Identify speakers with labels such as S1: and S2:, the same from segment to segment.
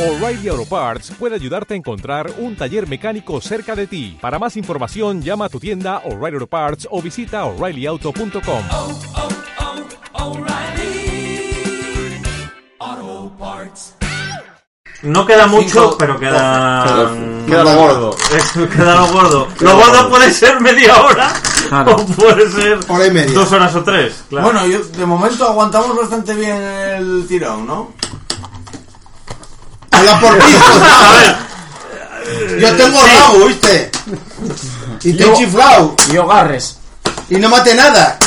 S1: O'Reilly Auto Parts puede ayudarte a encontrar un taller mecánico cerca de ti. Para más información, llama a tu tienda O'Reilly Auto Parts o visita oreillyauto.com.
S2: oh, O'Reilly Auto Parts.
S3: No queda mucho,
S4: Cinco.
S3: pero queda.
S4: Queda lo gordo.
S3: Eso, queda lo gordo. Lo gordo puede ser media hora o puede ser
S5: Hora y media.
S3: dos horas o tres. Claro.
S4: Bueno, yo, de momento aguantamos bastante bien el tirón, ¿no?
S5: Habla por ti,
S3: a ver,
S5: Yo tengo rabo, ¿viste? Y te he
S6: Yo-
S5: chiflado.
S6: Yo garres.
S5: Y no maté nada.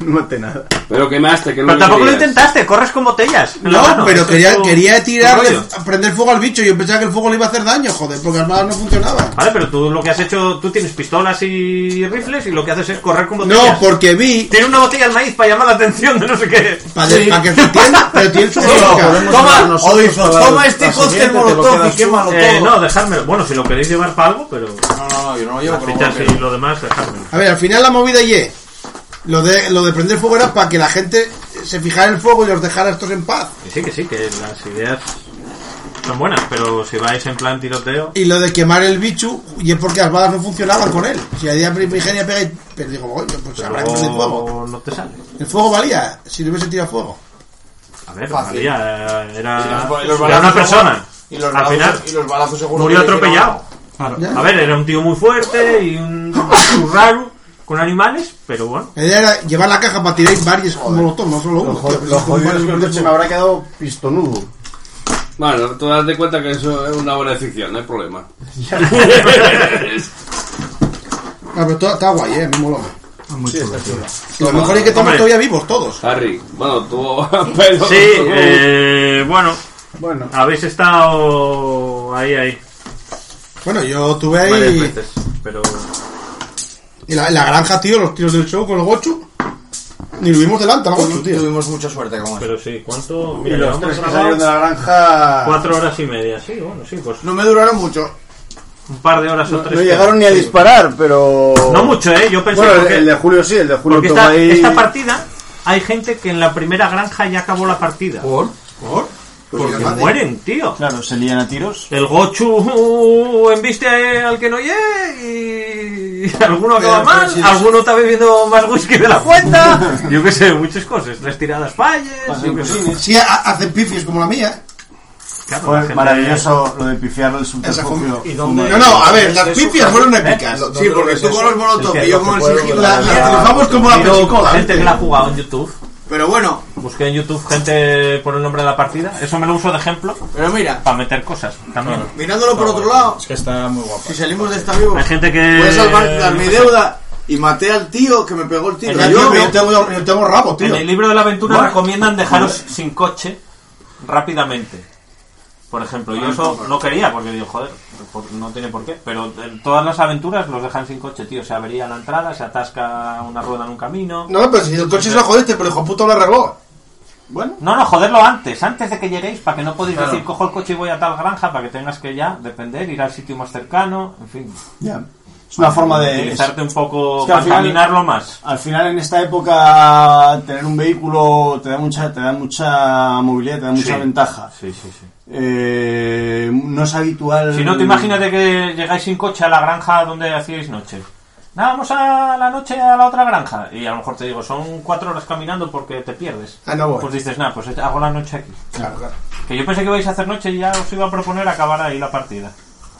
S7: No maté nada.
S8: Pero quemaste, que no
S3: pero tampoco lo
S8: querías.
S3: intentaste, corres con botellas. en la
S5: No,
S3: mano.
S5: pero
S3: Eso
S5: quería,
S3: es tu-
S5: quería
S3: tu
S5: tirarle,
S3: rollo.
S5: prender fuego al bicho. Yo pensaba que el fuego le iba a hacer daño, joder, porque las balas no funcionaban.
S3: Vale, pero tú lo que has hecho, tú tienes pistolas y rifles y lo que haces es correr con botellas.
S5: No, porque vi.
S3: Tiene una botella al maíz para llamar la atención de no sé qué.
S5: Para que se entienda, pero tiene su
S4: Sí,
S5: lógica.
S4: podemos
S5: Toma,
S4: llevar nosotros
S5: Odiseo,
S4: para
S5: toma
S4: la
S5: este
S4: siguiente,
S5: cóctel
S4: te lo
S5: molotov y
S4: quedas
S5: quémalo
S3: Eh,
S5: todo.
S3: no, dejármelo. Bueno, si lo queréis llevar para algo, pero
S4: No, no, no, yo no lo llevo
S3: las
S4: con
S3: fichas y lo demás, dejármelo.
S5: A ver, al final la movida y es, lo de, lo de prender fuego era para que la gente se fijara en el fuego y os dejara estos en paz.
S3: Que sí, que sí, que las ideas son buenas, pero si vais en plan tiroteo.
S5: Y lo de quemar el bicho, y es porque las balas no funcionaban con él. Si la idea primigenia pega y... Pero digo, "Oye, pues habrá que prender fuego.
S3: No, no te sale.
S5: El fuego valía, si le hubiese tirado fuego.
S3: A ver,
S4: Fácil.
S3: valía, eh, era,
S4: Y los- y
S3: era
S4: los
S3: una
S4: balazos
S3: persona.
S4: Y los
S3: Al
S4: balazos,
S3: final
S4: y los balazos seguro
S3: murió
S4: que le hicieron-
S3: atropellado.
S5: Ya.
S3: A ver, era un tío muy fuerte y un un raro con animales, pero bueno.
S5: La idea era llevar la caja para tirar varios molotov, no solo uno.
S7: Lo,
S5: tío,
S7: jo-
S5: pero
S7: lo
S5: es como varios
S7: jodido es que el
S5: molotov.
S7: coche me habrá quedado pistonudo.
S8: Bueno, tú das de cuenta que eso es una obra de ficción, no hay problema.
S5: Ah, pero todo- está guay, eh, me moló.
S7: Sí, está chulo.
S5: Y lo mejor es que estamos
S3: Hombre.
S5: todavía vivos todos.
S8: Harry, bueno, tú... Pero,
S3: Sí, eh, bueno,
S7: Bueno,
S3: habéis estado ahí, ahí.
S5: Bueno, yo tuve
S3: varias
S5: ahí...
S3: veces, pero
S5: Y la, la granja, tío, los tiros del show con los gochu. Ni lo vimos delante, al gochu, tío.
S4: Tuvimos mucha suerte con eso.
S3: pero sí, ¿cuánto?
S7: y
S3: Mira,
S7: los
S3: llevamos
S7: tres que
S3: grabados
S7: salieron de la granja
S3: cuatro horas y media, sí, bueno, sí, pues
S4: No me duraron mucho.
S3: un par de horas o
S7: no
S3: tres.
S7: llegaron ni a
S3: Sí.
S7: disparar, pero...
S3: No mucho, ¿eh? Yo pensé
S7: Bueno, el,
S3: porque-
S7: el de Julio sí, el de Julio
S3: Porque
S7: toma
S3: esta,
S7: ahí...
S3: esta partida hay gente que en la primera granja ya acabó la partida.
S4: ¿Por? ¿Por?
S7: Pues
S3: Porque mueren, tío.
S6: Claro, se lían a tiros.
S3: El Gochu embiste a- al que no ye y alguno acaba
S5: Pero, pero
S3: mal,
S5: si eres-
S3: alguno está bebiendo más whisky de la cuenta. Yo qué sé, muchas cosas. Tres tiradas falles. yo
S7: pues
S3: qué sé.
S5: Sí, ha- hacen pifis como la mía.
S3: Claro,
S7: Fue
S3: la gente-
S7: maravilloso lo de pifiar el
S5: Esa fue-
S7: subterfugio.
S3: ¿Y dónde-
S5: No, no, a ver, las
S4: Eso,
S5: pifias
S4: claro. ¿Eh?
S5: fueron épicas.
S4: Sí, porque tú con los molotov
S3: Es que
S4: y yo con el
S5: Pues,
S4: sigil-
S5: la-
S4: la-
S5: Las
S4: la-
S5: dibujamos como la
S3: Miro
S5: película.
S3: gente que la ha jugado en YouTube.
S4: Pero bueno,
S3: Busqué en YouTube gente por el nombre de la partida. Eso me lo uso de ejemplo
S4: pero mira,
S3: para meter cosas también.
S4: mirándolo por otro lado,
S6: Es que está muy guapa.
S4: si salimos de esta vivo,
S3: Hay gente que.
S4: voy a salvar mi deuda y maté al tío que me pegó el tiro.
S3: En el
S4: Yo
S5: Yo,
S4: me-
S5: yo tengo, yo tengo rabo,
S3: En
S5: tío.
S3: el libro de la aventura recomiendan dejaros sin coche rápidamente. Por ejemplo, yo eso no quería porque digo, joder, por- no tiene por qué. Pero en todas las aventuras los dejan sin coche, tío. Se avería la entrada, se atasca una rueda en un camino.
S5: No, pero si el coche se lo jodiste, pero hijo puto lo arregló.
S7: Bueno,
S3: No, no, joderlo antes, antes de que lleguéis, para que no podéis decir, cojo el coche y voy a tal granja, para que tengas que ya depender, ir al sitio más cercano, en fin.
S7: ya. Es una forma de...
S3: Utilizarte un poco,
S7: es que al
S3: para
S7: final-
S3: caminarlo más.
S7: Al final en esta época tener un vehículo te da mucha, te da mucha movilidad, te da mucha
S3: Sí.
S7: ventaja.
S3: Sí, sí, sí.
S7: Eh, no es habitual.
S3: Si no, te imagínate que llegáis sin coche a la granja donde hacíais noche. Nada, vamos a la noche a la otra granja. Y a lo mejor te digo, son cuatro horas caminando porque te pierdes.
S5: Ah, no voy.
S3: Pues dices, nada, pues hago la noche aquí.
S5: Claro, claro.
S3: Que yo pensé que vais a hacer noche y ya os iba a proponer acabar ahí la partida.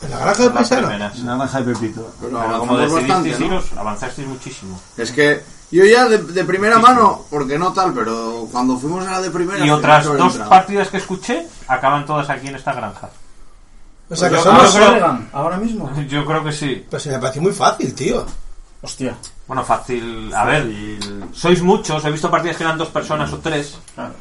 S5: En la granja del
S3: Las
S5: paisano.
S3: primeras.
S7: La granja de Pepito.
S4: Pero
S3: Pero como
S4: avanzamos
S3: decidisteis
S4: bastante, ¿no?
S3: iros, avanzasteis muchísimo.
S4: Es que yo ya de, de primera mano, porque no tal, pero cuando fuimos a la de primera...
S3: Y
S4: que
S3: otras
S4: no
S3: dos
S4: entraba.
S3: partidas que escuché acaban todas aquí en esta granja.
S5: O sea, que
S3: Pues Yo- ah.
S5: somos...
S3: creo-
S6: ahora mismo.
S3: Yo creo que sí.
S5: Pues se me pareció muy fácil, tío.
S6: Hostia.
S3: Bueno, fácil. A ver, sois muchos. He visto partidas que eran dos personas o tres.
S6: Claro.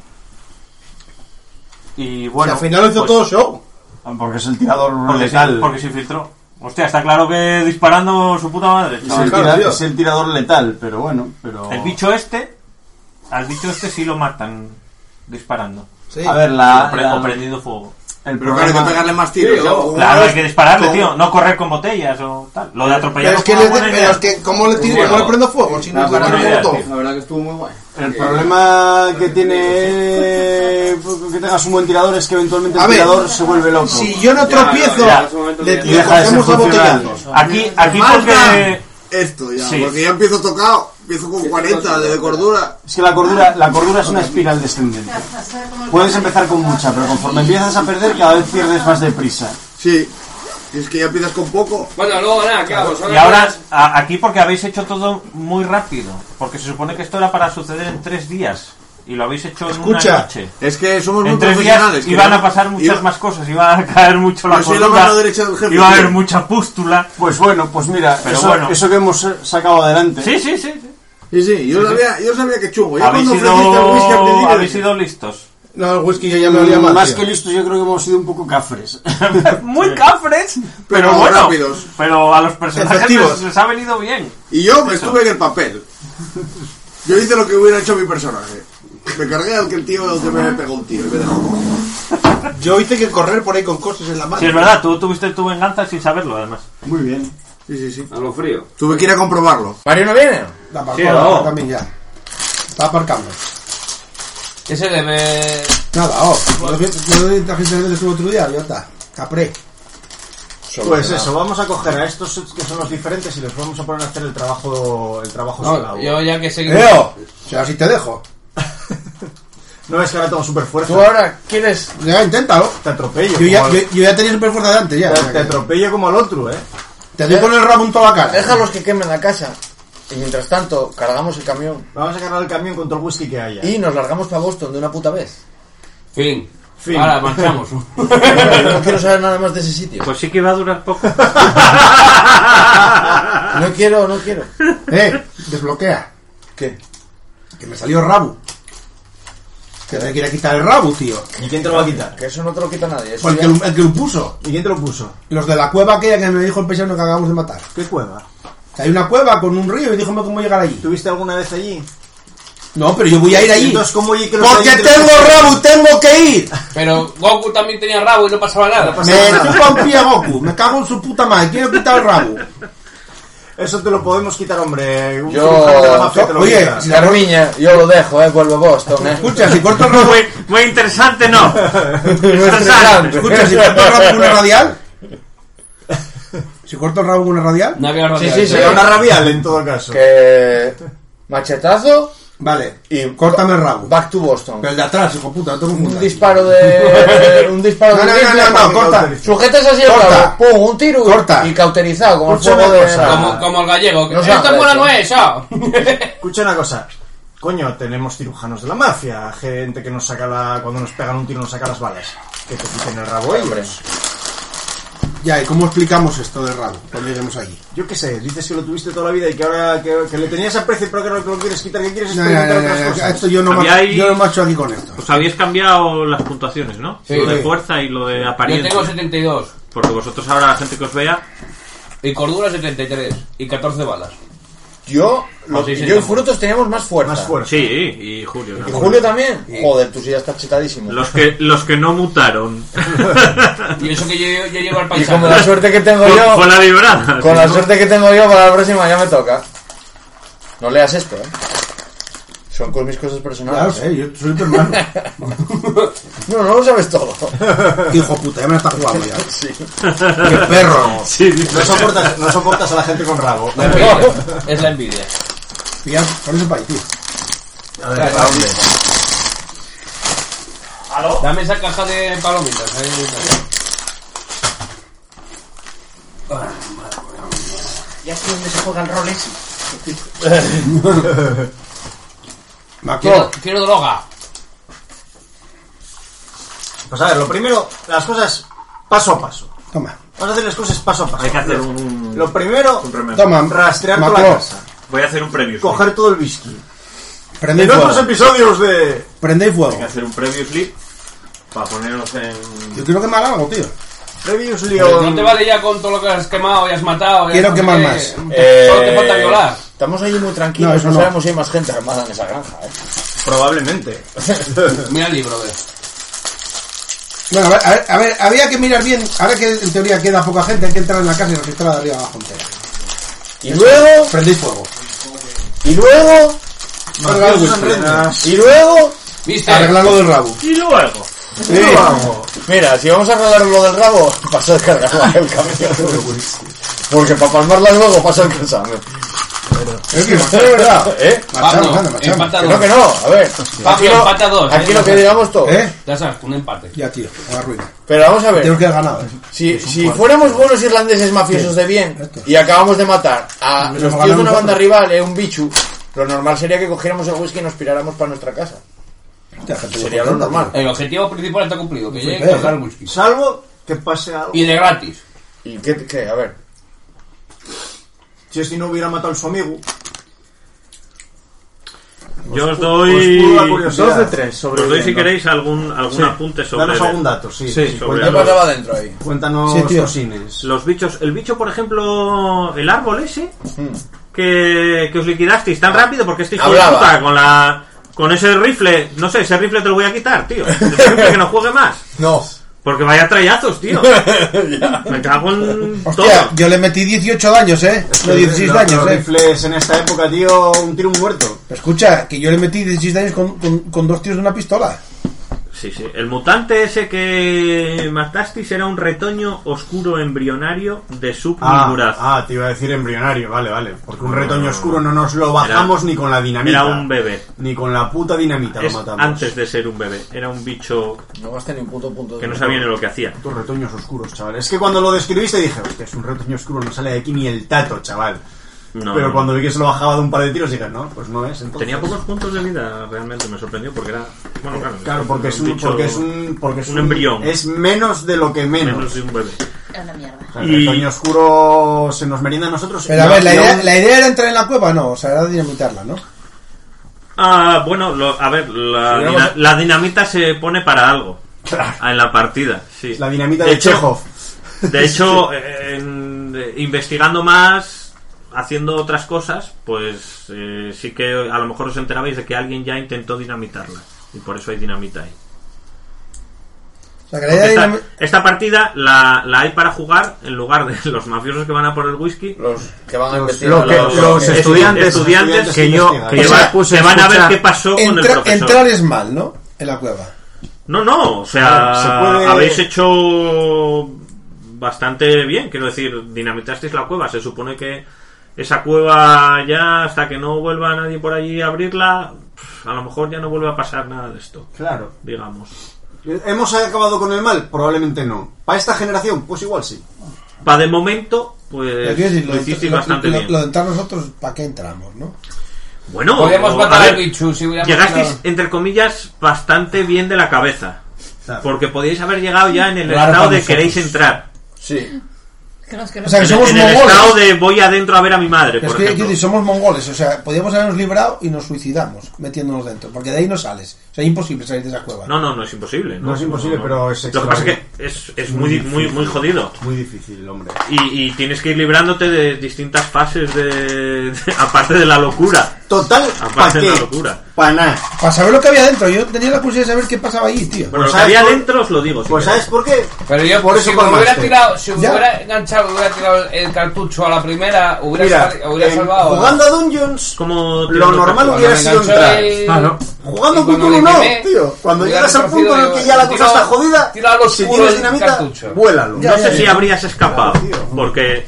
S3: Y bueno.
S5: o sea, al final lo hizo
S3: pues,
S5: todo show.
S7: Ah, Porque es el tirador
S3: Porque
S7: letal.
S3: se, porque se infiltró. Hostia, está claro que disparando su puta madre.
S7: es, el
S3: chaval.
S5: claro,
S7: tira-
S5: tío.
S7: es el tirador letal, pero bueno. Pero...
S3: El bicho este, al bicho este sí lo matan disparando.
S5: Sí.
S7: A ver, la.
S3: o, pre-
S7: la-
S3: o prendiendo fuego.
S7: el
S4: Pero claro, hay que
S7: problema-
S4: pegarle más tiros.
S5: Sí,
S4: ya,
S5: o-
S4: una
S3: Claro,
S4: vez-
S3: hay que dispararle,
S5: con-
S3: tío. No correr con botellas o tal. Lo de atropellar
S5: Pero
S3: fue
S5: es que,
S3: una
S5: le,
S3: buena
S5: pero
S3: idea.
S5: es que ¿cómo le tiro?
S3: Bueno. eh,
S5: ¿Cómo le prendo fuego? Si no,
S3: buena
S5: no,
S3: idea,
S5: no,
S3: tío.
S4: La verdad que estuvo muy guay.
S7: El problema que tiene pues, que tengas un buen tirador es que eventualmente el
S5: A ver,
S7: tirador se vuelve loco.
S5: Si yo no tropiezo,
S8: ya, en ese momento
S5: le,
S8: ya-
S5: le
S7: Y deja de ser
S5: cogemos a
S7: funcional.
S5: botellazos.
S3: Aquí, aquí
S4: Marca
S3: porque.
S4: esto ya,
S3: Sí.
S4: porque ya empiezo tocado, empiezo con 40 de cordura.
S7: Es que la cordura, la cordura es una espiral descendente. Puedes empezar con mucha, pero conforme empiezas a perder, cada vez pierdes más deprisa.
S4: Sí, y es que ya empiezas con poco.
S8: Bueno, luego nada, ¿qué hago? Son
S3: Y
S8: las
S3: ahora,
S8: horas.
S3: a- aquí porque habéis hecho todo muy rápido. Porque se supone que esto era para suceder en tres días. Y lo habéis hecho en
S5: Escucha.
S3: una noche.
S4: Es que somos muy
S3: En tres
S4: profesionales.
S3: días
S4: que
S3: iban
S4: no-
S3: a pasar muchas
S4: iba-
S3: más cosas. Iba a caer mucho la
S4: Yo soy la
S3: cordura,
S4: mano derecha del jefe,
S3: Iba a haber
S4: tío.
S3: mucha pústula.
S7: Pues bueno, pues mira,
S3: Pero
S7: eso,
S3: bueno.
S7: eso que hemos eh, sacado adelante.
S3: Sí, sí, sí. sí.
S4: Sí, sí, yo sabía, yo sabía que chungo. Ya
S3: Habéis
S4: cuando ofreciste el whisky al
S3: sido,
S4: principio,
S3: habéis sido listos.
S5: No, el whisky yo ya me olía
S7: Mm,
S5: más.
S7: Más que listos, yo creo que hemos sido un poco cafres.
S3: Muy cafres, pero,
S4: Pero
S3: bueno.
S4: rápidos.
S3: Pero a los personajes
S5: Efectivos.
S3: les, les ha venido bien.
S4: Y yo me estuve en el papel. Yo hice lo que hubiera hecho mi personaje. Me cargué al que el tío que me pegó un tío y me dejó como-
S5: Yo hice que correr por ahí con cosas en la mano.
S3: Si es verdad, tú tuviste tu venganza sin saberlo, además.
S7: Muy bien.
S4: Sí, sí, sí.
S8: A lo frío.
S4: Tuve que ir a comprobarlo.
S9: ¿Mario no viene?
S5: La aparcó,
S8: Sí,
S5: la
S8: no.
S5: aparcó a mí ya. Está aparcando.
S9: ¿Qué se le me...
S5: Nada, oh. Yo de la gente del otro día, ya está. Capré.
S9: Solucionado.
S7: Pues vamos a coger a estos que son los diferentes y los vamos a poner a hacer el trabajo, el trabajo
S9: No, yo ya que he seguido...
S5: Leo, si así te dejo.
S7: No es que ahora tengo super fuerza.
S9: Tú ahora quieres...
S5: Ya, inténtalo.
S7: Te atropello.
S5: Yo ya, yo, yo ya tenía super fuerza de antes, ya. o sea que-
S7: atropello como al otro, eh.
S5: Te doy con el rabo en toda la cara.
S9: Déjalos que quemen la casa. Y mientras tanto, cargamos el camión.
S7: Vamos a cargar el camión con todo el whisky que haya.
S9: Y nos largamos para Boston de una puta vez.
S8: Fin.
S7: Fin.
S8: Ahora marchamos.
S9: No quiero saber nada más de ese sitio.
S3: Pues sí que iba a durar poco.
S9: No quiero, no quiero.
S5: Eh, desbloquea.
S9: ¿Qué?
S5: Que me salió Rabu. Que me quiere quitar el Rabu, tío.
S7: ¿Y quién te lo va a quitar?
S9: Que eso no te lo quita nadie. Eso
S5: Pues el
S9: ya-
S5: que, el que lo puso.
S7: ¿Y quién te lo puso?
S5: Los de la cueva aquella que me dijo el paisano que acabamos de matar.
S7: ¿Qué cueva?
S5: Que hay una cueva con un río y dijo cómo llegar allí.
S7: ¿Tuviste alguna vez allí?
S5: No, pero yo voy a ir allí.
S7: Entonces, ¿cómo y que los
S5: Porque
S7: allí te
S5: tengo
S7: lo-
S5: Rabu, tengo que ir.
S8: Pero Goku también tenía rabo y no pasaba nada.
S5: Me chupa un pie a Goku. Me cago en su puta madre. Quiero quitar el Rabu.
S7: Eso te lo podemos quitar, hombre. Un
S9: Yo-
S7: cirujano de la mafia te lo
S5: Oye,
S7: quita.
S5: si la-
S9: Carmiña, yo lo dejo, eh. Vuelvo a Boston, eh.
S5: Escucha, si corto el Rabu...
S3: muy, muy interesante, no.
S9: interesante.
S5: Escucha, si corto el Rabu con una radial... Si corto el Rabu con una radial...
S8: No había
S9: Sí,
S8: radial.
S9: sí, sí.
S7: Será una rabial en todo caso.
S9: Que. Machetazo
S5: Vale.
S9: y.
S5: Córtame el Rabu.
S9: Back to Boston.
S5: Pero el de atrás, hijo puta. No tengo un
S9: Un
S5: puta.
S9: disparo de. Un disparo de.
S5: No, no, no,
S9: rifle
S5: no, no,
S9: para-
S5: corta.
S9: Sujetas así el
S5: Corta.
S9: cabo, pum, un tiro y-
S5: Corta.
S9: y cauterizado como el
S7: Escucha
S9: fuego
S7: una
S9: de.
S7: cosa.
S9: Como-
S8: Como, como el gallego. que
S9: No se
S8: Esto es
S9: hace
S8: bueno,
S9: eso.
S8: no es, ah".
S7: Escucha una cosa. Coño, tenemos cirujanos de la mafia, gente que nos saca la... Cuando nos pegan un tiro nos saca las balas. Que te quiten el rabo
S9: Hombre.
S7: ellos.
S5: Ya, ¿y cómo explicamos esto del Rabu cuando lleguemos allí?
S7: Yo qué sé, dices que lo tuviste toda la vida y que ahora que, que le tenías aprecio pero que no te lo quieres quitar, que quieres
S5: No, no,
S7: experimentar
S5: no,
S7: otras
S5: no, no,
S7: cosas.
S5: esto yo no,
S3: Había
S5: macho,
S3: ahí-
S5: yo no macho aquí con esto.
S3: Pues habéis cambiado las puntuaciones, ¿no?
S8: Sí.
S3: Lo de
S5: Sí.
S3: fuerza y lo de
S8: Yo
S3: apariencia.
S8: tengo 72.
S3: Porque vosotros ahora la gente que os vea.
S8: Y cordura 73. Y 14 balas.
S9: Yo, lo-
S8: sí, sí,
S9: yo y
S8: estamos.
S9: Frutos teníamos más fuerza.
S7: Más
S3: pues
S7: fuerza.
S3: Sí, y Julio.
S9: ¿Y
S3: ¿no?
S9: Julio también? Joder, tú sí ya estás chetadísimo.
S3: Los que, los que no mutaron.
S8: Y eso que yo, yo llevo al
S9: Y con la
S8: paisaje.
S9: suerte que tengo
S3: Fue-
S9: yo,
S3: Fue la librada.
S9: con la
S3: ¿no?
S9: suerte que tengo yo, para la próxima ya me toca. No leas esto, eh. Son con mis cosas
S5: Claro,
S9: personales. ¿eh?
S5: sé, yo soy tu hermano.
S9: No, no lo sabes todo.
S5: Hijo puta, ya me la está jugando ya. Qué perro.
S3: Sí, sí.
S7: No soportas, no soportas a la gente con rabo.
S8: La envidia. Es la envidia.
S5: Pilla, con ese país, tío.
S8: Dame esa caja de palomitas. ahí está. Quiero,
S5: Maquero.
S8: quiero droga.
S7: Pues a ver, lo primero, las cosas paso a paso.
S5: Toma,
S7: Vamos a hacer las cosas paso a paso.
S3: Hay que hacer un.
S7: Lo primero,
S5: toma.
S7: rastrear toda la
S5: Maquero,
S7: casa.
S3: Voy a hacer un preview.
S7: Coger todo el whisky.
S5: prende
S7: En otros
S5: fuego.
S7: episodios de...
S5: Prende fuego.
S3: Hay que hacer un preview clip para ponernos en.
S5: Yo quiero quemar algo, tío.
S7: Reviews
S8: No te vale ya con todo lo que has quemado y has matado. ya
S5: Quiero
S8: no sé
S5: quemar
S8: qué.
S5: más.
S8: Solo te falta
S9: Eh,
S8: violar.
S9: Estamos allí muy tranquilos,
S5: No,
S9: no,
S5: eso no.
S9: sabemos si hay más gente armada en esa granja, eh.
S7: Probablemente.
S8: Mira el libro, ve.
S5: Bueno, a ver, a ver, a ver, había que mirar bien. Ahora que en teoría queda poca gente, hay que entrar en la casa y registrar de arriba abajo entera.
S9: Y luego,
S5: Prendéis fuego.
S9: y luego,
S5: Arreglar el whisky.
S9: Y luego,
S8: ¿Viste?
S5: Arreglar lo del rabo.
S3: Y luego.
S9: Sí. Mira, si vamos a arreglar lo del rabo, pasa el cargador el camión. Porque para palmarla luego pasa el
S3: ¿Eh?
S9: cansado.
S5: Es que, macho, de verdad.
S9: ¿Eh?
S5: Machamos,
S8: Pablo,
S5: anda, machamos.
S8: empata
S9: Que no, que no, a ver. Aquí
S8: Pablo,
S9: lo,
S8: empata dos,
S9: aquí
S8: eh,
S9: lo que digamos todo.
S5: ¿Eh?
S8: Ya sabes, un empate.
S5: Ya, tío, a la ruina.
S9: Pero vamos a
S5: Tenemos
S9: ver.
S5: que haber ganado.
S9: Si, si fuéramos buenos irlandeses mafiosos de bien y acabamos de matar a
S5: Nos
S9: los tíos
S5: ganaron
S9: de una banda
S5: cuatro.
S9: rival, eh, un bichu, lo normal sería que cogiéramos el whisky y nos piráramos para nuestra casa.
S5: Hostia, gente,
S9: Sería lo
S5: contenta,
S9: normal.
S8: El objetivo principal está cumplido, que llegue
S5: feo,
S8: a cargar el whisky.
S7: Salvo que pase algo.
S8: Y de gratis.
S9: ¿Y qué? qué? A ver.
S7: Si si no hubiera matado a su amigo.
S3: Yo os
S7: os pudo pues la
S3: doy.
S7: curiosidad.
S6: Dos de tres sobre
S3: Os doy si queréis algún, algún
S7: Sí.
S3: apunte sobre.
S7: Danos algún dato, sí.
S3: Sí,
S7: Sí,
S3: sobre
S9: ¿Qué
S7: cuéntanos.
S3: los-
S9: pasaba dentro ahí?
S7: Cuéntanos
S5: Sí, tío.
S7: cosines.
S3: los bichos. El bicho, por ejemplo, el árbol ese
S9: Hmm.
S3: que, que os liquidasteis tan rápido porque estáis con
S9: Hablaba.
S3: puta con la. Con ese rifle, no sé, ese rifle te lo voy a quitar, tío. Ese rifle que no juegue más.
S9: No.
S3: Porque vaya trayazos, tío. Me cago en
S5: Hostia,
S3: todo.
S5: yo le metí 18 daños, ¿eh? No, 16
S7: Los-
S5: daños,
S7: Los
S5: ¿eh?
S7: rifles en esta época, tío, un tiro un muerto.
S5: Escucha, que yo le metí 16 daños con, con, con dos tiros de una pistola.
S3: Sí, sí. El mutante ese que matasteis era un retoño oscuro embrionario de
S7: Ah,
S3: submiguraz.
S7: ah, te iba a decir embrionario, vale, vale. Porque un retoño oscuro no nos lo bajamos ni con la dinamita.
S3: era un bebé.
S7: Ni con la puta dinamita
S3: Es
S7: lo matamos.
S3: antes de ser un bebé. Era un bicho
S9: No gasté ni un puto punto de
S3: que no sabía ni lo que hacía.
S7: Estos retoños oscuros, chaval. Es que cuando lo describiste dije, hostia, es un retoño oscuro, no sale de aquí ni el tato, chaval.
S3: No,
S7: Pero
S3: no.
S7: cuando vi que se lo bajaba de un par de tiros, dije, no, pues no es. Entonces.
S3: Tenía pocos puntos de vida, realmente me sorprendió porque era. Bueno, claro.
S7: Claro, porque es un,
S3: bicho-
S7: porque es un, porque es
S3: un embrión.
S7: Es menos de lo que menos.
S3: Menos de un bebé.
S10: Es una mierda.
S7: O sea, el
S3: Y-
S7: retoño oscuro se nos merienda a nosotros.
S5: Pero
S7: y
S5: a ver, la
S7: y
S5: idea,
S7: aún-
S5: la idea era entrar en la cueva, no, o sea, era dinamitarla, ¿no?
S3: Ah, bueno, lo- a ver, la,
S9: Si hubiéramos-
S3: dina- la dinamita se pone para algo.
S7: Claro.
S3: En la partida, sí.
S7: La dinamita
S3: De
S7: de,
S3: hecho-
S7: Chekhov.
S3: De hecho, eh, en- eh, investigando más, haciendo otras cosas, pues eh, sí que a lo mejor os enterabais de que alguien ya intentó dinamitarla. Y por eso hay dinamita ahí.
S5: O sea, que la idea era
S3: Esta,
S5: dinami-
S3: esta partida la, la hay para jugar en lugar de los mafiosos que van a por el whisky.
S9: Los que van a
S7: Los-
S9: investigar.
S7: lo que-
S9: los-
S7: los
S9: que-
S7: estudiantes-
S3: estudiantes que,
S7: que
S3: yo,
S7: investigan.
S3: que,
S7: O
S3: lleva-
S5: sea,
S6: pues,
S3: que van a ver
S6: escucha,
S3: qué pasó con el
S5: Entra-
S3: profesor.
S5: entrar es mal, ¿no? En la cueva.
S3: No, no, o sea,
S7: Se puede-
S3: habéis hecho bastante bien, quiero decir, dinamitasteis la cueva, se supone que esa cueva ya hasta que no vuelva nadie por allí a abrirla, pf, a lo mejor ya no vuelve a pasar nada de esto,
S7: Claro.
S3: digamos.
S7: ¿Hemos acabado con el mal? Probablemente no. ¿Para esta generación? Pues igual sí.
S3: Para de momento,
S5: Pero
S3: pues
S5: quiero decir,
S3: lo
S5: de-
S3: hicisteis
S5: lo-
S3: bastante
S5: lo-
S3: bien.
S5: lo de entrar nosotros, ¿para qué entramos, no?
S3: Ah, bueno,
S8: Podríamos
S3: a
S8: matar
S3: ver,
S8: al bicho si hubiéramos
S3: llegasteis,
S8: ganado.
S3: entre comillas, bastante bien de la cabeza,
S7: Claro.
S3: porque podíais haber llegado ya en el
S5: Claro,
S3: estado de
S5: nosotros.
S3: queréis entrar.
S7: Eh,
S9: Sí.
S10: Que no, es que no.
S5: O sea, que
S3: En
S5: somos
S3: el- en el
S5: mongoles.
S3: estado de voy adentro a ver a mi madre, por
S5: Pero es que
S3: ejemplo.
S5: quiero decir, somos mongoles, o sea, podíamos habernos librado y nos suicidamos metiéndonos dentro, porque de ahí no sales. O sea, es imposible salir de esa cueva.
S3: No, no, no es imposible. No,
S7: No es imposible, pero es
S3: Lo que pasa es
S7: extraño.
S3: que es, es muy, muy, muy jodido.
S7: Muy difícil, hombre.
S3: Y, y tienes que ir librándote de distintas fases de. de- aparte de la locura.
S7: Total, ¿para
S3: Aparte de
S7: qué?
S3: la locura.
S7: Para nada.
S5: Para saber lo que había dentro, yo tenía la curiosidad de saber qué pasaba allí, tío.
S3: Bueno, lo que
S7: ¿sabes
S3: había
S7: por-
S3: dentro os lo digo. si
S7: Pues
S3: queréis.
S7: ¿sabes por qué?
S8: Pero yo,
S7: por
S8: si me
S7: palmaste.
S8: hubiera tirado, si me
S5: Ya.
S8: hubiera enganchado, hubiera tirado el cartucho a la primera, hubiera,
S7: Mira,
S8: sal- hubiera
S7: en-
S8: salvado.
S7: jugando a Dungeons,
S3: Como
S7: lo normal
S8: Cuando
S7: hubiera
S8: me
S7: sido
S8: enganchó
S7: entrar.
S8: el-
S7: Jugando
S8: y
S7: con
S8: cuando
S7: uno
S8: le
S7: no,
S8: quemé,
S7: tío. Cuando
S8: hubiera
S7: llegas al
S8: retorcido,
S7: punto en el que
S8: digo,
S7: ya la cosa
S8: tira-
S7: está jodida,
S8: tira al
S7: si
S8: oscuro
S7: tienes
S8: el
S7: dinamita,
S8: cartucho.
S7: vuélalo.
S5: Ya,
S3: No
S5: ya,
S3: sé
S5: ya.
S3: si habrías escapado.
S7: Claro, tío.
S3: Porque.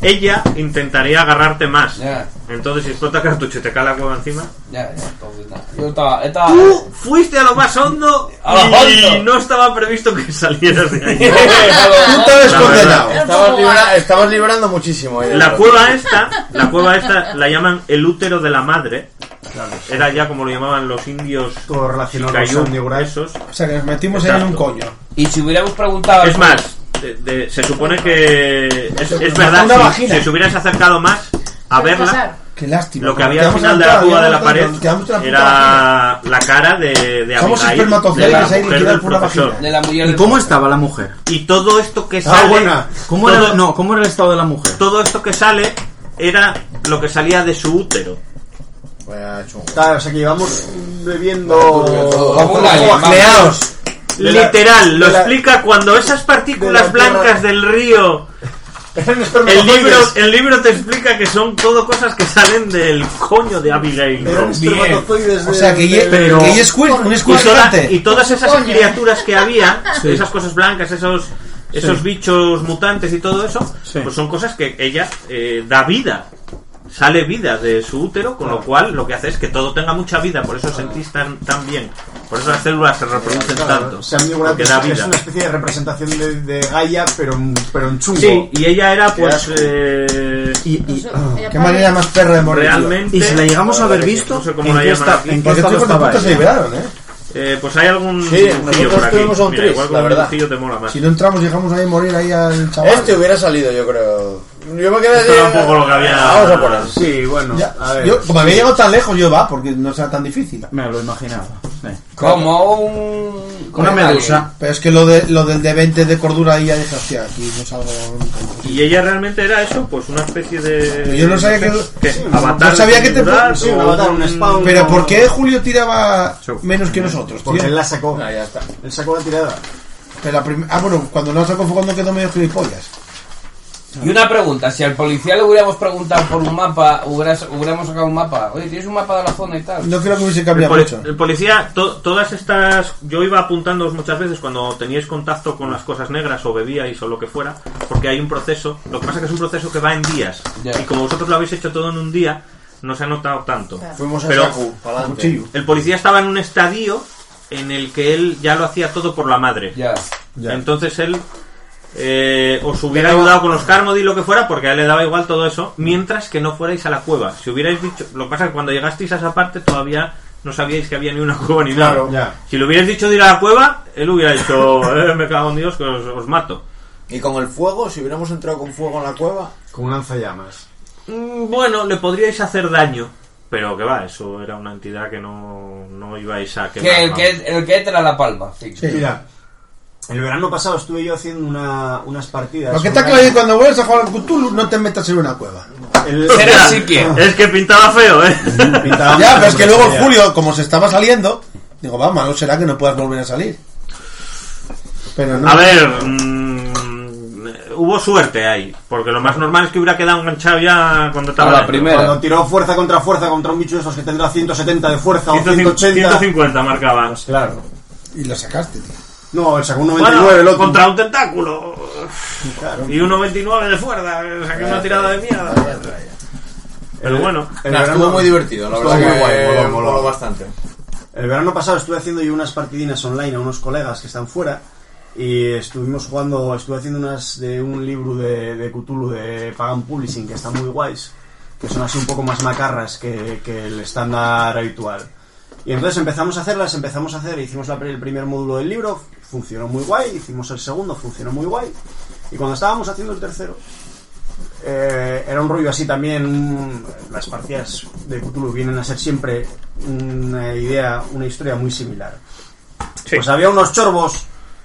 S3: Ella intentaría agarrarte más.
S8: Ya.
S3: Entonces, si explota cartucho y te cae la cueva encima.
S8: Ya, ya, entonces nada. Yo estaba, estaba.
S3: Tú fuiste a lo más hondo
S8: A lo
S3: y
S8: hondo.
S3: no estaba previsto que salieras de ahí.
S5: Tú te ves
S3: La
S5: condenado.
S10: verdad.
S9: Estamos, libra- estamos librando muchísimo.
S7: eh,
S9: ahí
S3: La
S9: dentro.
S3: cueva esta, la cueva esta la llaman el útero de la madre. Era ya como lo llamaban los indios
S7: Todo relacionado con
S3: Shikayú,
S7: Sandiurai.
S3: esos.
S5: O sea, que nos metimos
S3: Exacto.
S5: en un coño.
S8: Y si hubiéramos preguntado.
S3: Es más, de- de- se supone que es, es
S5: Una
S3: verdad, si,
S5: vagina.
S3: si os hubieras acercado más a
S10: Puede
S3: verla,
S10: pasar.
S5: Qué lástima.
S3: lo que
S5: porque
S3: había al
S5: quedamos
S3: final
S5: en
S3: de la
S5: entrada,
S3: cueva de la
S5: quedamos
S3: pared
S5: en la- quedamos en la puta vagina.
S3: era la cara de, de
S5: Somos
S3: Abigail, de
S5: espermatozoides
S3: la
S5: que se han
S3: mujer
S5: liquidado
S3: del
S5: por una
S3: profesor.
S5: vagina.
S8: De la mujer
S6: ¿Y
S8: del-
S6: cómo estaba la mujer?
S3: Y todo esto que
S7: Ah,
S3: sale,
S7: buena.
S6: ¿Cómo
S3: todo-
S6: era, no, ¿Cómo era el estado de la mujer?
S3: todo esto que sale era lo que salía de su útero.
S9: Vaya chungo.
S7: Tal, o sea que llevamos bebiendo...
S8: Como un alien, vamos.
S5: Leaos.
S7: De la-
S3: Literal, lo
S7: de la-
S3: explica cuando esas
S7: de
S3: partículas
S7: la tierra-
S3: blancas del río El libro, el libro te explica que son todo cosas que salen del coño de Abigail.
S7: Eran
S3: Ross.
S7: espermatozoides de-
S5: O sea, que ye-
S7: de-
S3: pero-
S5: que ye squid, un
S3: Y,
S5: squid
S3: toda-
S5: gigante.
S3: y todas esas
S11: Coño.
S3: criaturas que había, esas cosas blancas, esos esos bichos mutantes y todo eso,
S7: Sí.
S3: pues son cosas que ella eh, da vida. Sale vida de su útero, con lo cual lo que hace es que todo tenga mucha vida, por eso sentís tan, tan bien, por eso las células se reproducen
S7: Claro,
S3: tanto,
S7: o sea, muy buena
S3: porque da
S7: es
S3: vida.
S7: una especie de representación de, de Gaia, pero, en- pero en chungo.
S3: Sí, y ella era
S7: Qué
S3: pues
S7: asco.
S3: eh,
S11: Pues,
S5: Y-
S11: eh,
S5: Qué manera más perra de morir.
S3: realmente...
S7: y si la llegamos a haber
S3: no
S7: visto,
S3: sé cómo
S7: ¿en
S3: la
S7: qué
S3: llaman
S7: esta-
S3: aquí.
S7: en qué
S5: Porque
S7: estado
S5: estos hijos de
S7: estaba
S5: puta se
S7: ella?
S5: liberaron, ¿eh?
S3: Eh, pues hay algún
S9: Sí,
S3: dibujillo
S9: nosotros
S3: por aquí.
S9: tuvimos a un
S3: Mira,
S9: tris,
S3: igual con
S9: la
S3: un
S9: verdad.
S3: dibujillo te mola más.
S5: Si no entramos, dejamos ahí morir ahí al chaval.
S9: Este hubiera salido, yo creo. Yo me quedé. "Ah,
S3: Esto era un poco lo que había-
S9: Vamos a por él.
S7: Sí, bueno,
S5: Ya.
S7: a ver.
S5: Yo, como había llegado tan lejos, yo va, porque no sea tan difícil.
S7: Me lo imaginaba. Eh.
S8: Como un.
S7: Una medusa.
S5: Pero es que lo, de, lo del de 20 de cordura ahí ya dije, hostia, aquí no salgo nunca.
S3: Y ella realmente era eso, pues una especie de.
S5: Yo no sabía que-
S3: ¿Qué?
S5: sí,
S3: avatar
S5: no sabía que te-
S3: natural
S7: sí,
S3: o
S7: un avatar, un spawn.
S5: Pero ¿por qué Julio tiraba menos que nosotros, tío?
S7: Porque él la sacó.
S9: Ah, ya está.
S7: Él sacó la tirada.
S5: Que la prim- ah, bueno, cuando no sacó fue cuando quedó medio gilipollas.
S8: Y una pregunta: si al policía le hubiéramos preguntado por un mapa, hubieras- hubiéramos sacado un mapa. Oye, ¿tienes un mapa de la zona y tal?
S5: No creo que hubiese
S3: El,
S5: cambiado
S3: poli-
S5: mucho.
S3: el policía, to- todas estas. Yo iba apuntándoos muchas veces cuando teníais contacto con las cosas negras o bebíais o lo que fuera, porque hay un proceso. Lo que pasa es que es un proceso que va en días.
S8: Ya.
S3: Y como vosotros lo habéis hecho todo en un día, no se ha notado tanto.
S9: Fuimos a
S3: Pero-
S9: Saku, pa'lante.
S3: El policía estaba en un estadio en el que él ya lo hacía todo por la madre.
S8: Ya.
S7: Ya.
S3: Entonces él eh, os hubiera ayudado con los Carmody y lo que fuera, porque a él le daba igual todo eso, mientras que no fuerais a la cueva. Si hubierais dicho, lo que pasa es que cuando llegasteis a esa parte todavía no sabíais que había ni una cueva ni
S9: Claro.
S3: nada.
S7: Ya.
S3: Si le hubierais dicho de ir a la cueva, él hubiera dicho, "Eh, me cago en Dios que os, os mato.
S9: Y con el fuego, si hubiéramos entrado con fuego en la cueva.
S7: Con un lanzallamas.
S3: Mm, Bueno, le podríais hacer daño, pero que va, eso era una entidad que no, no ibais a quemar.
S8: Que el,
S3: vamos.
S8: que, el que entra a la palma. Sí.
S5: Sí.
S7: Mira, el verano pasado estuve yo haciendo una, unas partidas.
S5: Lo que
S7: con
S5: está claro es que cuando vuelves a jugar al Cthulhu no te metas en una cueva.
S7: el-
S8: Será así que.
S3: Es que pintaba feo, ¿eh?
S7: Mm. Pintábamos
S5: Ya, pero es que luego el
S7: ya.
S5: Julio, como se estaba saliendo, digo, va, malo será que no puedas volver a salir. Pero no.
S3: A ver, mm, hubo suerte ahí, porque lo más normal es que hubiera quedado enganchado ya cuando estaba
S8: A la
S3: dentro.
S8: primera.
S7: Cuando tiró fuerza contra fuerza contra un bicho de esos que tendrá 170 de fuerza o
S3: 150,
S7: 180.
S3: 150 marcaba.
S7: Claro.
S5: Y lo sacaste, tío.
S7: No, él sacó un
S3: Bueno,
S7: 99 el otro.
S3: contra un tentáculo y un 99 de fuerza, saqué una tirada de mierda. Pero bueno,
S7: El
S9: Nah, estuvo
S7: verano-
S9: muy divertido, la
S7: estuvo
S9: verdad que
S7: muy guay, moló, moló.
S9: moló bastante.
S7: El verano pasado estuve haciendo yo unas partidinas online a unos colegas que están fuera y estuvimos jugando, estuve haciendo unas de un libro de, de Cthulhu de Pagan Publishing que están muy guays, que son así un poco más macarras que, que el estándar habitual. Y entonces empezamos a hacerlas, empezamos a hacer, hicimos la pri- el primer módulo del libro, funcionó muy guay, hicimos el segundo, funcionó muy guay, y cuando estábamos haciendo el tercero, eh, era un rollo así también. Las partidas de Cthulhu vienen a ser siempre una idea, una historia muy similar. Pues había unos chorbos,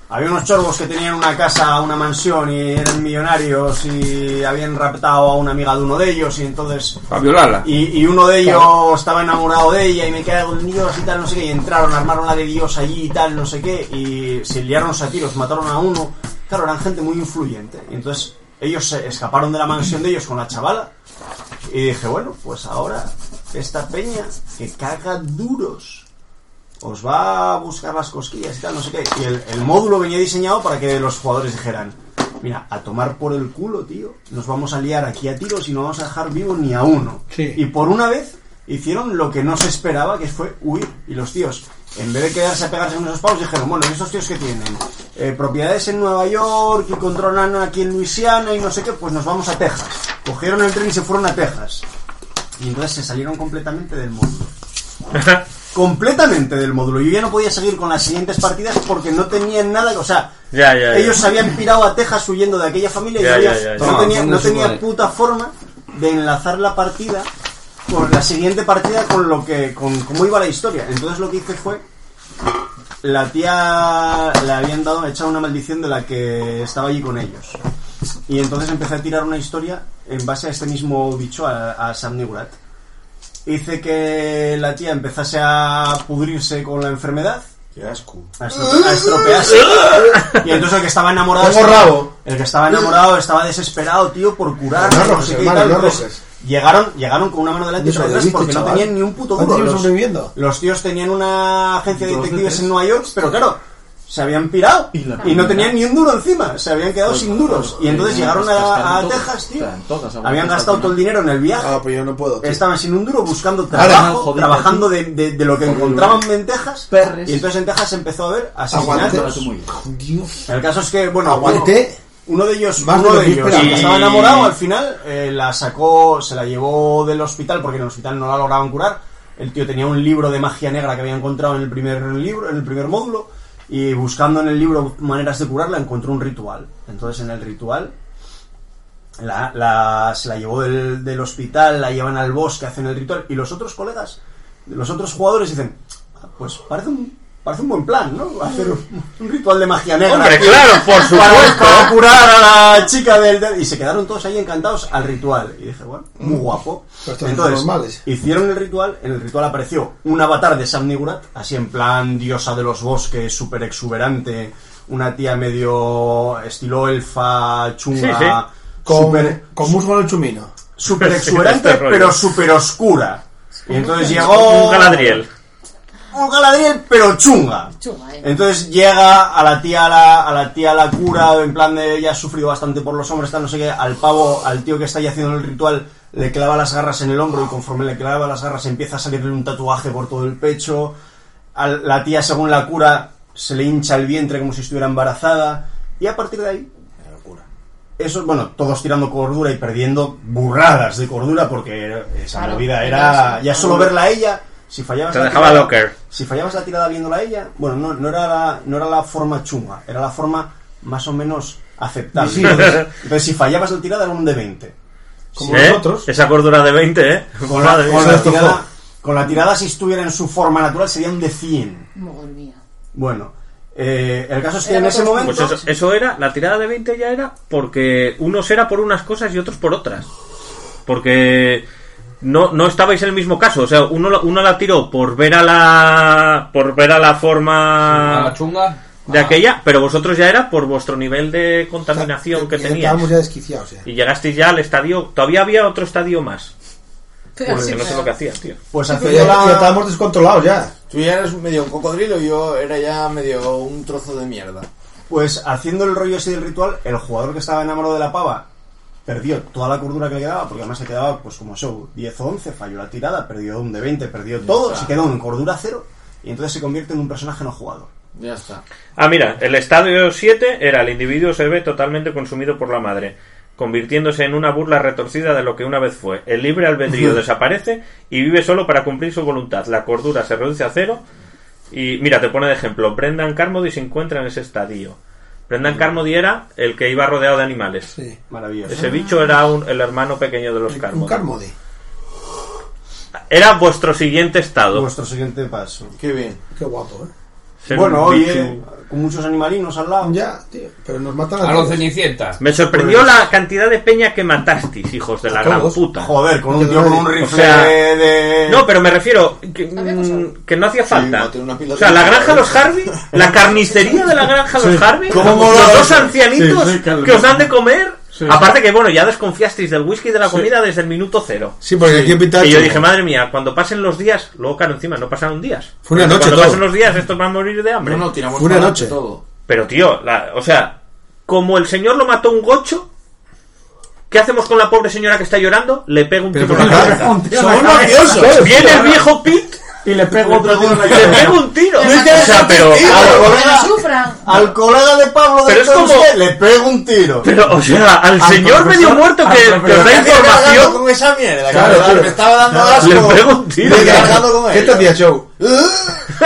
S7: había unos chorbos que tenían una casa, una mansión y eran millonarios y habían raptado a una amiga de uno de ellos y entonces
S8: A violarla.
S7: y, y uno de ellos estaba enamorado de ella y me quedé con Dios y tal, no sé qué. Y entraron, armaron la de Dios allí y tal, no sé qué. Y se liaron a tiros, mataron a uno. Claro, eran gente muy influyente. Y entonces ellos se escaparon de la mansión de ellos con la chavala. Y dije, bueno, pues ahora esta peña que caga duros os va a buscar las cosquillas y tal, no sé qué. Y el, el módulo venía diseñado para que los jugadores dijeran, mira, a tomar por el culo, tío, nos vamos a liar aquí a tiros y no vamos a dejar vivo ni a uno.
S5: Sí.
S7: Y por una vez hicieron lo que no se esperaba, que fue huir. Y los tíos, en vez de quedarse a pegarse con esos pavos, dijeron, bueno, ¿y estos tíos que tienen Eh, propiedades en Nueva York y controlan aquí en Luisiana y no sé qué, pues nos vamos a Texas. Cogieron el tren y se fueron a Texas. Y entonces se salieron completamente del módulo completamente del módulo. Yo ya no podía seguir con las siguientes partidas porque no tenían nada, o sea,
S3: ya, ya, ya.
S7: ellos habían pirado a Texas huyendo de aquella familia y
S3: Ya,
S7: había-
S3: ya, ya, ya.
S7: no
S8: Toma,
S7: tenía,
S8: ponga
S7: no
S8: su
S7: tenía
S8: madre.
S7: puta forma de enlazar la partida con la siguiente partida con lo que con cómo iba la historia. Entonces lo que hice fue la tía le habían dado echado una maldición de la que estaba allí con ellos. Y entonces empecé a tirar una historia en base a este mismo bicho, a, a Sam Negurat. Hice que la tía empezase a pudrirse con la enfermedad
S9: Qué asco.
S7: a estro- a estropearse. Y entonces el que estaba enamorado.
S9: Tengo rabo.
S7: El que estaba enamorado estaba desesperado, tío, por curar.
S9: No
S7: No,
S9: rojes,
S7: sé qué y
S9: hermano,
S7: tal.
S9: no
S7: Entonces,
S9: rojes.
S7: Llegaron, llegaron con una mano delante y otra detrás
S9: Sobreviviste,
S7: porque no
S9: chaval.
S7: tenían ni un puto
S9: ¿Cuántos
S7: duro.
S9: llevas
S7: Los,
S9: sobreviviendo?
S7: los tíos tenían una agencia de
S9: Dos,
S7: detectives
S9: tres.
S7: en Nueva York, pero claro, se habían pirado
S12: Y la-
S7: y no tenían ni un duro encima, se habían quedado sin duros. Y entonces llegaron a, a
S12: Están todas,
S7: Texas, tío.
S12: están todas, aguantan
S7: Habían
S12: hasta
S7: gastado
S12: el
S7: todo el dinero en el viaje.
S5: Ah, pues yo no puedo. tío.
S7: Estaban sin un duro buscando
S5: Ahora,
S7: trabajo,
S12: jodido,
S7: trabajando de, de- de lo que encontraban en Texas.
S12: Perres.
S7: Y entonces en Texas se empezó a ver
S5: Aguante.
S7: asesinatos.
S5: Dios.
S7: El caso es que, bueno,
S5: Aguante.
S7: Uno de ellos,
S5: Más
S7: uno
S5: de lo
S7: de,
S5: que
S7: ellos,
S5: esperaba.
S7: el que estaba
S3: Y-
S7: enamorado, al final eh, la sacó, se la llevó del hospital porque en el hospital no la lograban curar. El tío tenía un libro de magia negra que había encontrado en el primer libro, en el primer módulo, y buscando en el libro maneras de curarla encontró un ritual. Entonces en el ritual la, la- se la llevó del, del hospital, la llevan al bosque, hacen el ritual, y los otros colegas, los otros jugadores dicen, "Ah, pues parece un, parece un buen plan, ¿no? Hacer un, un ritual de magia negra.
S3: Hombre,
S7: tío,
S3: claro, por
S7: para,
S3: supuesto.
S7: para curar a la chica del, del- Y se quedaron todos ahí encantados al ritual. Y dije, bueno, muy guapo.
S5: Pero estos no son normales.
S7: hicieron el ritual, en el ritual apareció un avatar de Sam Nigurat, así en plan diosa de los bosques, súper exuberante, una tía medio estilo elfa, chunga...
S3: Sí, sí.
S5: Con,
S7: súper-
S5: con musgo en el chumino.
S7: super exuberante,
S3: Este rollo.
S7: pero super oscura. Y entonces llegó
S3: Un Galadriel.
S7: un Galadriel, pero chunga.
S13: Chunga, eh.
S7: Entonces llega a la tía la, a la tía la cura, en plan de ya ha sufrido bastante por los hombres, tal no sé qué, al pavo, al tío que está ahí haciendo el ritual, le clava las garras en el hombro y conforme le clava las garras empieza a salirle un tatuaje por todo el pecho. A la tía, según la cura, se le hincha el vientre como si estuviera embarazada. Y a partir de ahí eso, bueno, todos tirando cordura y perdiendo burradas de cordura porque esa
S13: Claro,
S7: movida
S13: era
S7: era
S13: eso.
S7: ya solo verla a ella. Si fallabas
S3: Te
S7: la
S3: dejaba
S7: tirada-
S3: locker.
S7: Si fallabas la tirada viéndola a ella, bueno, no, no era la, no era la forma chunga, era la forma más o menos aceptable. Entonces, entonces, si fallabas la tirada era un de 20.
S5: Como
S3: ¿Eh?
S5: nosotros.
S3: Esa cordura de 20, ¿eh?
S7: Con la,
S3: Madre
S7: con
S3: mía.
S7: la tirada, con la tirada, si estuviera en su forma natural, sería un de 100.
S13: Madre mía.
S7: Bueno, eh, el caso es que
S13: Era
S7: en ese
S13: otro
S7: momento...
S3: Pues eso, eso era, la tirada de 20 ya era porque unos era por unas cosas y otros por otras. Porque no, no estabais en el mismo caso. O sea, uno, la- uno la tiró por ver a la. por ver a la
S8: A la
S3: forma
S8: chunga.
S3: de
S8: Ah,
S3: aquella, pero vosotros ya era por vuestro nivel de contaminación que
S5: Ya
S3: teníais.
S5: Estábamos ya desquiciados. Ya.
S3: Y llegasteis ya al estadio. Todavía había otro estadio más.
S13: Pero sí,
S3: Que no sé
S13: pero-
S3: lo que hacían, tío.
S7: Pues
S5: Pero
S7: haciendo
S5: ya,
S7: la-
S5: ya estábamos descontrolados ya.
S9: Tú ya eres medio un cocodrilo y yo era ya medio un trozo de mierda.
S7: Pues haciendo el rollo así del ritual, el jugador que estaba enamorado de la pava perdió toda la cordura que le quedaba, porque además se quedaba pues como show 10 o 11, falló la tirada, perdió un de 20, perdió todo, se quedó en cordura cero y entonces se convierte en un personaje no jugado.
S9: Ya está.
S3: Ah, mira, el estadio 7 era el individuo se ve totalmente consumido por la madre, convirtiéndose en una burla retorcida de lo que una vez fue. El libre albedrío desaparece y vive solo para cumplir su voluntad. La cordura se reduce a cero. Y mira, te pone de ejemplo, Brendan Carmody se encuentra en ese estadio. Brendan Carmody era el que iba rodeado de animales.
S5: Mm. Sí.
S7: Maravilloso.
S3: Ese bicho era un- el hermano pequeño de los
S5: Un
S3: Carmody.
S5: carmode.
S3: Era vuestro siguiente estado.
S7: Vuestro siguiente paso.
S9: Qué bien.
S5: Qué guapo, ¿eh?
S3: Ser
S7: bueno,
S3: un
S7: oye,
S3: bicho.
S7: con muchos animalinos al lado.
S5: Ya, tío. Pero nos matan
S8: A
S5: a
S8: los
S5: todos.
S8: cenicientas.
S3: Me sorprendió la cantidad de peña que matasteis, hijos de la gran
S5: pues, todos.
S3: puta.
S7: Joder, con un tío con un rifle
S3: sea,
S7: de...
S3: No, pero me refiero que, mm,
S13: Había cosas.
S3: que no hacía falta.
S9: maté una pila
S3: o sea,
S9: de-
S3: la granja los Harvey, la carnicería de la granja los Harvey,
S7: ¿Cómo mola
S3: los dos
S7: eso?
S3: ancianitos
S12: Sí, sí, claro.
S3: que os dan de comer.
S12: Sí.
S3: Aparte que, bueno, ya desconfiasteis del whisky y de la comida desde el minuto cero.
S5: Sí, porque aquí pintaba
S3: Y yo
S5: chungo.
S3: dije, madre mía, cuando pasen los días, luego claro, encima no pasaron días.
S5: Fue una noche
S3: Cuando
S5: todo.
S3: pasen los días, estos van a morir de hambre.
S9: No, no, tiramos
S5: Fue una
S9: para adelante
S5: noche.
S9: todo.
S3: Pero tío, la- o sea, como el señor lo mató un gocho, ¿qué hacemos con la pobre señora que está llorando? Le pega un
S5: Pero
S3: tiro
S5: por
S3: en la
S5: la
S3: cabeza.
S5: cara.
S9: Son odiosos.
S3: Viene el viejo Pete
S7: Y le pego otro tío en la
S3: y le
S7: cabeza.
S3: pega un tiro.
S13: No te
S3: O sea, pero,
S7: Al
S13: Pero
S7: colega,
S13: no sufran.
S7: al colega de Pablo de
S3: Pero es como-
S7: Torres le pego un tiro.
S3: pero, o sea, al señor medio muerto que, que os da información,
S9: con esa mierda?
S5: Claro,
S9: cabrón?
S5: tío.
S9: Me estaba dando asco.
S3: le pega un tiro.
S9: Me cargando con
S5: ¿Qué
S9: él.
S5: te hacía show?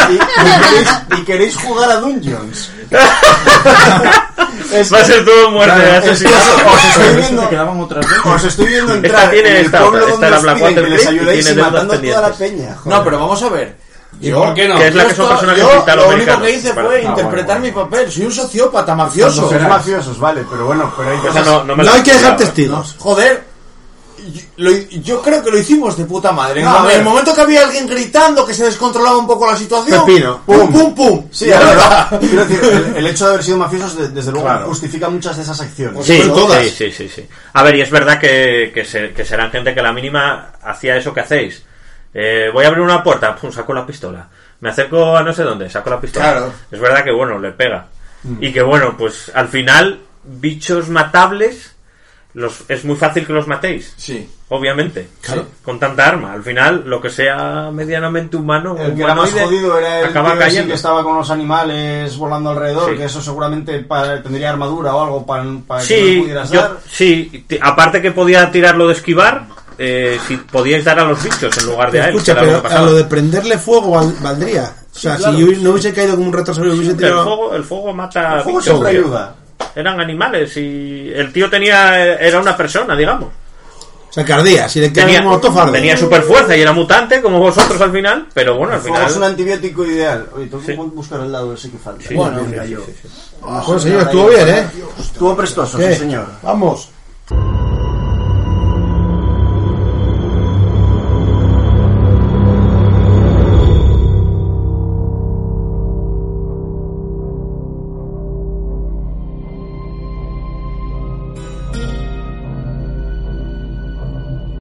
S7: y, y queréis, y queréis jugar a Dungeons. Es-
S3: Va a ser todo muerte
S12: Claro,
S3: de
S12: es que
S3: asesinato.
S7: os, estoy
S12: Te
S7: viendo,
S12: quedaban otras
S7: os estoy viendo entrar
S3: Esta tiene
S7: en el
S3: esta
S7: pueblo
S3: otra, esta
S7: donde
S3: la
S7: os
S3: Black
S7: piden que
S3: Water
S7: les
S3: Creek y
S7: ayudéis y
S3: tiene
S7: matando a
S3: deudas
S7: toda la peña. joder.
S9: No, pero vamos a ver.
S8: ¿Y por qué no?
S3: Que es la que
S9: Yo
S3: son
S9: esto-
S3: personas
S9: yo
S3: que
S9: Lo único
S3: americanos.
S9: que hice
S3: Bueno,
S9: fue
S3: ah,
S9: interpretar mi papel. Soy un sociópata
S7: Los
S9: mafioso.
S7: mafiosos, vale, pero bueno, pero hay
S3: o sea,
S7: cosas...
S3: no, no me
S5: No
S3: la-
S5: hay que dejar testigos.
S9: Joder. lo- yo creo que lo hicimos de puta madre. En
S7: No,
S9: cuanto-
S7: a ver.
S9: en el momento que había alguien gritando, que se descontrolaba un poco la situación.
S7: Pepino.
S9: Pum, pum, pum.
S7: Sí,
S9: Y
S7: a
S9: ahora-
S7: ver, quiero decir, el, el hecho de haber sido mafiosos, de- desde luego,
S9: Claro.
S7: justifica muchas de esas acciones.
S9: Sí,
S5: Son todas.
S3: Sí, sí, sí, sí. A ver, y es verdad que, que, se- que serán gente que a la mínima hacía eso que hacéis. Eh, voy a abrir una puerta, pum, saco la pistola. Me acerco a no sé dónde, saco la pistola.
S9: Claro.
S3: Es verdad que, bueno, le pega. Y que, bueno, pues al final, bichos matables, los, es muy fácil que los matéis.
S14: Sí.
S3: Obviamente. Sí, Con tanta arma. Al final, lo que sea medianamente humano.
S7: El que era más
S3: humanoide,
S7: jodido era el
S3: acaba
S7: tío ese
S3: cayendo.
S7: que estaba con los animales volando alrededor,
S3: Sí.
S7: que eso seguramente para- tendría armadura o algo para, para que no
S3: Sí,
S7: pudieras
S3: yo-
S7: dar.
S3: sí, ti- aparte que podía tirarlo de esquivar, eh, si podíais dar a los bichos en lugar de a él.
S5: Escucha,
S3: que era lo
S5: pero
S3: que
S5: a
S3: pasaba.
S5: lo de prenderle fuego val- valdría. O sea, si yo no hubiese caído como un retrasado, hubiese
S3: el,
S5: tirado.
S3: fuego, el fuego mata
S7: El fuego
S3: bichos,
S7: siempre
S3: tío.
S7: ayuda.
S3: Eran animales y el tío tenía era una persona, digamos.
S5: O sea, que ardía. Si le caía
S3: Tenía,
S5: un motofardo.
S3: tenía super fuerza y era mutante como vosotros al final, pero bueno, al
S7: El fuego es un
S3: final...
S7: antibiótico ideal. Oye, tengo que
S3: Sí.
S7: buscar el lado ese que falta.
S3: Sí,
S5: Bueno,
S3: sí,
S5: mira,
S3: sí,
S5: yo-
S3: sí, sí.
S5: Ah, joder, señor, estuvo bien, ¿eh?
S7: Estuvo prestoso,
S5: ¿Qué?
S7: sí, señor.
S5: Vamos.